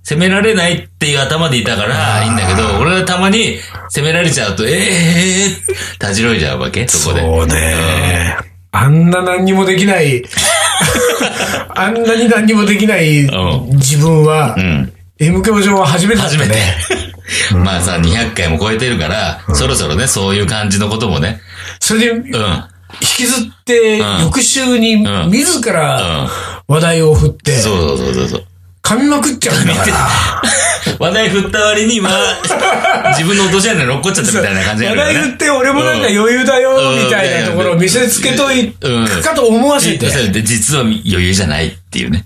[SPEAKER 1] 責められないっていう頭でいたからいいんだけど、俺はたまに責められちゃうと、ええええたじろいじゃうわけそこで。
[SPEAKER 2] そうね。あんな何にもでき ない、あんなに何にもできない
[SPEAKER 1] うん
[SPEAKER 2] 自分は、
[SPEAKER 1] ん
[SPEAKER 2] M 教上は初めてだった
[SPEAKER 1] 初
[SPEAKER 2] ね。
[SPEAKER 1] めて。まあさ、200回も超えてるから、そろそろね、そういう感じのこともね。
[SPEAKER 2] それで、
[SPEAKER 1] う
[SPEAKER 2] 引
[SPEAKER 1] ん。
[SPEAKER 2] きずって、
[SPEAKER 1] ん
[SPEAKER 2] 翌週に
[SPEAKER 1] ん
[SPEAKER 2] 自
[SPEAKER 1] う
[SPEAKER 2] ら
[SPEAKER 1] ん
[SPEAKER 2] 話題を振って、
[SPEAKER 1] そうそうそうそう。
[SPEAKER 2] 噛みまくっちゃうんだから。
[SPEAKER 1] 話題振った割には、自分の落とし穴に落っこっちゃったみたいな感じがあ
[SPEAKER 2] 話
[SPEAKER 1] るよね。
[SPEAKER 2] 題振って、俺もなんか余裕だよ、
[SPEAKER 1] うん
[SPEAKER 2] みたいなところを見せつけとい
[SPEAKER 1] うん
[SPEAKER 2] くかと思わせて。
[SPEAKER 1] で実は余裕じゃないっていうね。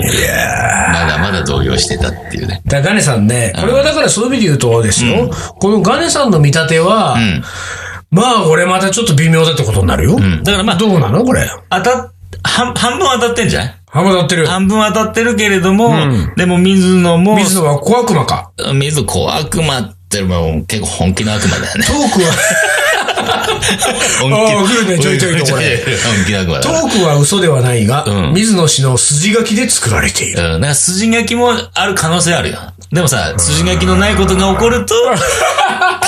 [SPEAKER 1] まだまだ動揺してたっていうね。
[SPEAKER 2] だからガネさんね、これはだからそういう意味で言うとですよ、このガネさんの見立ては、まあ、これまたちょっと微妙だってことになるよ。
[SPEAKER 1] だからまあ、
[SPEAKER 2] どうなのこれ。
[SPEAKER 1] 当たっ、半半分当たってんじゃん
[SPEAKER 2] ハマだってる。
[SPEAKER 1] 半分当たってるけれども、でも水野も、
[SPEAKER 2] 水野は小悪魔か。
[SPEAKER 1] 水野こう悪魔ってもう結構本気の悪魔だよね
[SPEAKER 2] ト。ークは、
[SPEAKER 1] 本
[SPEAKER 2] あー来るねちょいちょいとこれ
[SPEAKER 1] 本気の悪 魔
[SPEAKER 2] ト
[SPEAKER 1] だね。
[SPEAKER 2] ークは嘘ではないが、
[SPEAKER 1] うん
[SPEAKER 2] 水野氏の筋書きで作られている。
[SPEAKER 1] うん、だから筋書きもある可能性あるよ。でもさ、筋書きのないことが起こると、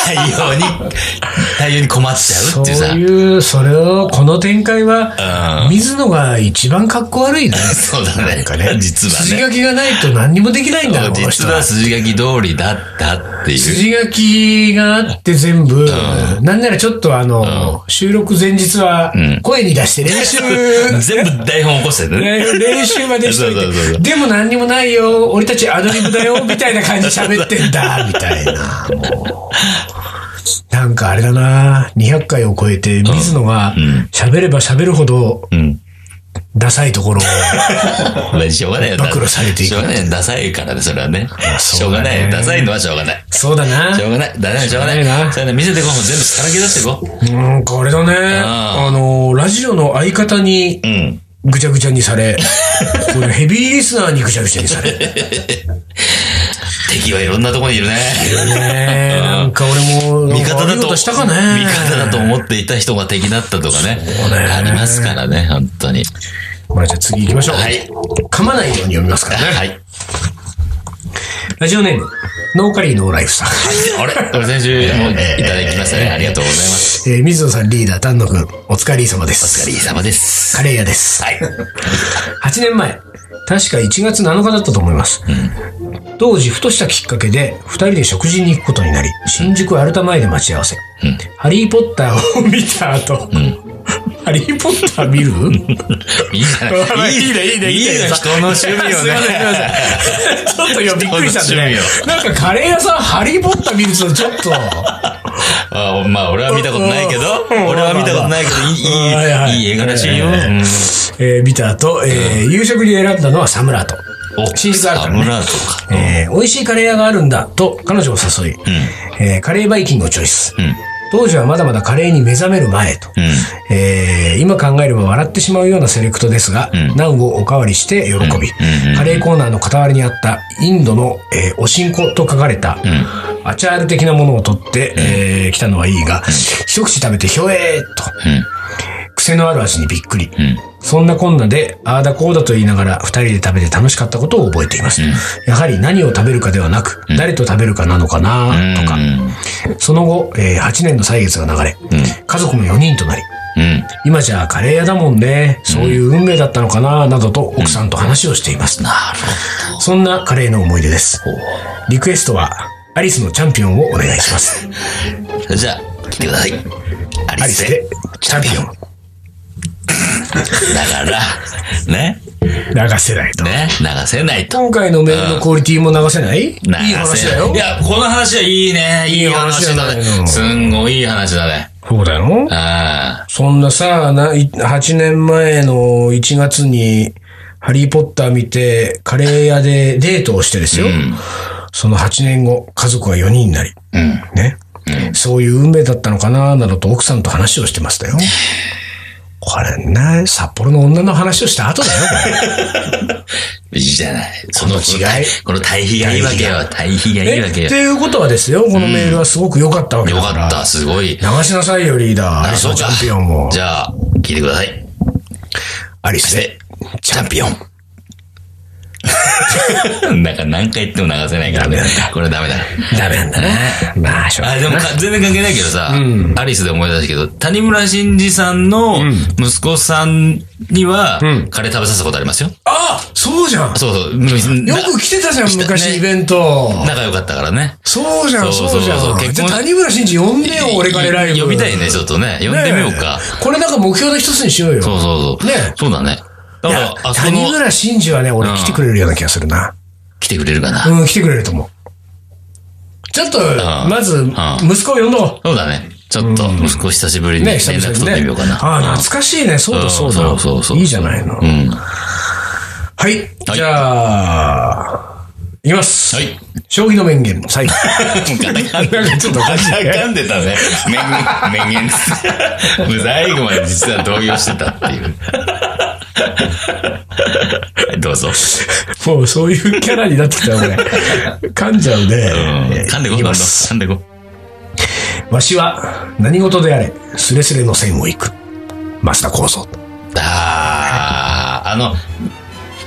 [SPEAKER 1] 対応に、対応に困っちゃう
[SPEAKER 2] そ
[SPEAKER 1] っていうさ。
[SPEAKER 2] ういう、それを、この展開は、
[SPEAKER 1] うん
[SPEAKER 2] 水野が一番格好悪いね。
[SPEAKER 1] そうだね。 実は
[SPEAKER 2] 筋
[SPEAKER 1] ね。
[SPEAKER 2] 書きがないと何にもできないんだよ、この人
[SPEAKER 1] 実は筋書き通りだったっていう。
[SPEAKER 2] 筋書きがあって全部、なんならちょっとあの、収録前日は
[SPEAKER 1] ん
[SPEAKER 2] 声に出して練 習、
[SPEAKER 1] 全部台本起こしてね。
[SPEAKER 2] 練習までしとい
[SPEAKER 1] そうそうそうそ
[SPEAKER 2] て、
[SPEAKER 1] う
[SPEAKER 2] でも何にもないよ、俺たちアドリブだよ、みたいな感じで喋ってんだ、 みたいな。もうなんかあれだな200回を超えて、水野が喋れば喋るほど
[SPEAKER 1] うん。
[SPEAKER 2] ダサいとこ ろを、
[SPEAKER 1] まあ、しょうがないよ。
[SPEAKER 2] 暴露されていく
[SPEAKER 1] しょうがないよ。ダサいからね、それはね。しょ
[SPEAKER 2] そうう
[SPEAKER 1] が
[SPEAKER 2] だね
[SPEAKER 1] ないよ。ダサいのはしょうがない。
[SPEAKER 2] そうだな
[SPEAKER 1] しょうがない。ダサいのはしょうがな
[SPEAKER 2] しょ
[SPEAKER 1] い。
[SPEAKER 2] うがないな
[SPEAKER 1] そうだね。見せてこう。もう全部さらけ出してこう。
[SPEAKER 2] なんかあれだね、
[SPEAKER 1] あ
[SPEAKER 2] あの、ラジオの相方に
[SPEAKER 1] うん。
[SPEAKER 2] ぐちゃぐちゃにされ、これヘビーリスナーにぐちゃぐちゃにされ。 ね
[SPEAKER 1] 敵はいろんなとこにいるね。
[SPEAKER 2] え、なんか俺も、
[SPEAKER 1] 味方
[SPEAKER 2] 悪
[SPEAKER 1] だ、
[SPEAKER 2] いこととしたかね。
[SPEAKER 1] 味方だと思っていた人が敵だったとかね。ありますからね、本当に。
[SPEAKER 2] まあじゃあ次行きましょう。
[SPEAKER 1] はい。
[SPEAKER 2] 噛まないように読みますからね。
[SPEAKER 1] はい。
[SPEAKER 2] ラジオネーム、ノーカリーノーライフさん。
[SPEAKER 1] あれこれ先週もいただきましたね。ありがとうございます。
[SPEAKER 2] えー水野さんリーダー、丹野くん、お疲れ様です。
[SPEAKER 1] お疲れ様です。
[SPEAKER 2] カレー屋です。
[SPEAKER 1] はい。
[SPEAKER 2] 8年前、確か1月7日だったと思います。当時、ふとしたきっかけで、2人で食事に行くことになり、新宿アルタ前で待ち合わせ。ハリーポッターを見た後、ハリーポッター見る
[SPEAKER 1] いいじゃない。
[SPEAKER 2] いいねいいね
[SPEAKER 1] いい
[SPEAKER 2] いいね
[SPEAKER 1] よ、人の趣味 を
[SPEAKER 2] すいませんすいません
[SPEAKER 1] ね。
[SPEAKER 2] ちょっとよ、びっくりしたんでね
[SPEAKER 1] 人の趣。
[SPEAKER 2] なんかカレー屋さん、ハリーポッター見るとちょっと、
[SPEAKER 1] あまあ、俺は見たことないけど、
[SPEAKER 2] うん
[SPEAKER 1] 俺は見たことないけど、
[SPEAKER 2] まあまあ
[SPEAKER 1] いい、いい、いい映画らしいよ。
[SPEAKER 2] うん
[SPEAKER 1] うん
[SPEAKER 2] えー見た後、えー夕食に選んだのはサムラート。
[SPEAKER 1] お、
[SPEAKER 2] 新宿あるか
[SPEAKER 1] サ
[SPEAKER 2] らね
[SPEAKER 1] ムラーとか。
[SPEAKER 2] えー美味しいカレー屋があるんだと彼女を誘い、えーカレーバイキングをチョイス。
[SPEAKER 1] うん。
[SPEAKER 2] 当時はまだまだカレーに目覚める前と、えー今考えれば笑ってしまうようなセレクトですが、ナンをおかわりして喜び、カレーコーナーの傍らにあったインドの、えーおしんこと書かれた、アチャール的なものを取って、えー来たのはいいが、一口食べてひょえーっと、癖のある味にびっくり。そんなこんなで、ああだこうだと言いながら、二人で食べて楽しかったことを覚えています。やはり何を食べるかではなく、誰と食べるかなのかな、とか。その後、えー8年の歳月が流れ、家族も4人となり、
[SPEAKER 1] うん。
[SPEAKER 2] 今じゃカレー屋だもんね、そういう運命だったのかな、などと奥さんと話をしています。そんなカレーの思い出です。リクエストは、アリスのチャンピオンをお願いします。
[SPEAKER 1] うん。じゃあ、聞いてください。ア
[SPEAKER 2] ア
[SPEAKER 1] リ
[SPEAKER 2] リ
[SPEAKER 1] ス
[SPEAKER 2] ス
[SPEAKER 1] で
[SPEAKER 2] で。チャンピオン。
[SPEAKER 1] だから、ね。
[SPEAKER 2] 流せないと。
[SPEAKER 1] ね。流せないと。
[SPEAKER 2] 今回のメールのクオリティも流せないいい
[SPEAKER 1] 流せない
[SPEAKER 2] 話だよ
[SPEAKER 1] い。や、この話はいいね。いい話
[SPEAKER 2] いい話じ
[SPEAKER 1] だ
[SPEAKER 2] ゃない
[SPEAKER 1] ね。
[SPEAKER 2] の
[SPEAKER 1] すんごいいい話だね。
[SPEAKER 2] そうだよ。
[SPEAKER 1] あ
[SPEAKER 2] そんなさ、な8年前の1月に、ハリーポッター見て、カレー屋でデートをしてですよ。その8年後、家族は4人になり、ね。そういう運命だったのかな、などと奥さんと話をしてましたよ。これね、札幌の女の話をした後だよ、これ
[SPEAKER 1] あ。いいじゃない。その
[SPEAKER 2] この違い
[SPEAKER 1] この対比がいいわけよ。対比 がいいわけ
[SPEAKER 2] え
[SPEAKER 1] よ
[SPEAKER 2] って。いうことはですよ、このメールはすごく良かったわけ
[SPEAKER 1] よ
[SPEAKER 2] だから。
[SPEAKER 1] かった、すごい。
[SPEAKER 2] 流しなさいよ、リーダー。アリスのチャンピオンも。
[SPEAKER 1] じゃあ、聞いてください。
[SPEAKER 2] アリスで。
[SPEAKER 1] で、チャンピオン。なんか何回言っても流せないからね。これダメだ。
[SPEAKER 2] ダメなんだな。まあ、しょうが
[SPEAKER 1] あ、
[SPEAKER 2] ない
[SPEAKER 1] でもか全然関係ないけどさ、アリスで思い出したけど、谷村新司さんの息子さんには、カレー食べさせたことありますよ。
[SPEAKER 2] あそうじゃん
[SPEAKER 1] そうそう。よ
[SPEAKER 2] よく来てたじゃん、
[SPEAKER 1] たね
[SPEAKER 2] 昔イベント。
[SPEAKER 1] 仲良かったからね。
[SPEAKER 2] そうじゃん、
[SPEAKER 1] そう
[SPEAKER 2] そうじゃ。
[SPEAKER 1] そうそうん結
[SPEAKER 2] じゃ
[SPEAKER 1] 婚
[SPEAKER 2] あ谷村新司呼んでよ、俺からライブ。
[SPEAKER 1] 呼びたいね、ちょっとね。呼ん
[SPEAKER 2] ねえ。
[SPEAKER 1] でみようか。
[SPEAKER 2] これなんか目標の一つにしようよ。
[SPEAKER 1] そうそうそう。
[SPEAKER 2] ね
[SPEAKER 1] そうだね。だ
[SPEAKER 2] い
[SPEAKER 1] か
[SPEAKER 2] や
[SPEAKER 1] ら、あそこの
[SPEAKER 2] 谷、村新司はね、俺来てくれるような気がするな。
[SPEAKER 1] 来てくれるかな。
[SPEAKER 2] うん、来てくれると思う。ちょっと、まず、息子を呼んど
[SPEAKER 1] そうだね。ちょっと、息子久しぶり
[SPEAKER 2] う。
[SPEAKER 1] に連
[SPEAKER 2] ね、久々
[SPEAKER 1] 絡
[SPEAKER 2] に
[SPEAKER 1] 取ってみ
[SPEAKER 2] ね
[SPEAKER 1] ようか。な。
[SPEAKER 2] ああ、懐かしいね。そうだ、そうだ。
[SPEAKER 1] そうそうそうそう
[SPEAKER 2] いいじゃないの。
[SPEAKER 1] うん。
[SPEAKER 2] はい。じゃあ、いきます。
[SPEAKER 1] はい。
[SPEAKER 2] 将棋の名言、最後。
[SPEAKER 1] なん
[SPEAKER 2] なんかちょっとおかしいね
[SPEAKER 1] 噛んでたね。名言、名言です。もう最後まで実は動揺してたっていう。どうぞ。
[SPEAKER 2] もうそういうキャラになってきた 俺。噛んじゃう
[SPEAKER 1] うん
[SPEAKER 2] ね。
[SPEAKER 1] 噛んでこ、
[SPEAKER 2] い
[SPEAKER 1] ど
[SPEAKER 2] き
[SPEAKER 1] んどん
[SPEAKER 2] ます
[SPEAKER 1] 噛んでこ。
[SPEAKER 2] わしは何事であれ、スレスレの線を行く。増田構造。
[SPEAKER 1] あー、あの、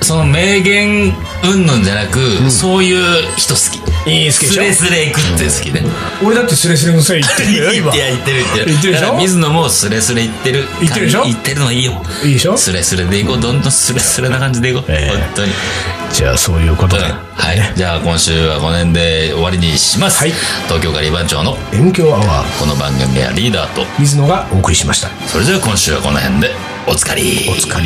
[SPEAKER 1] その名言うんぬんじゃなく、そういう人好き。
[SPEAKER 2] いい好きで
[SPEAKER 1] ス
[SPEAKER 2] しょ
[SPEAKER 1] レスレ行くって好きね。
[SPEAKER 2] 俺だってスレスレの線行ってるよ、
[SPEAKER 1] 言
[SPEAKER 2] 今
[SPEAKER 1] っ。てや、言ってる、言ってる。
[SPEAKER 2] 言ってるでしょ
[SPEAKER 1] だから水野もスレスレ行ってる。
[SPEAKER 2] 言ってるでしょ
[SPEAKER 1] 言ってるのはいいよ。
[SPEAKER 2] いいでしょ
[SPEAKER 1] スレスレで行こう。どんどんスレスレな感じで行こう。
[SPEAKER 2] ええ
[SPEAKER 1] 本当に。
[SPEAKER 2] じゃあそういうことで。
[SPEAKER 1] はい。じゃあ今週はこの辺で終わりにします。
[SPEAKER 2] はい
[SPEAKER 1] 東京カリバン長の
[SPEAKER 2] 遠鏡アワー、
[SPEAKER 1] この番組はリーダーと、
[SPEAKER 2] 水野がお送りしました。
[SPEAKER 1] それでは今週はこの辺でおつかり。
[SPEAKER 2] お疲れ。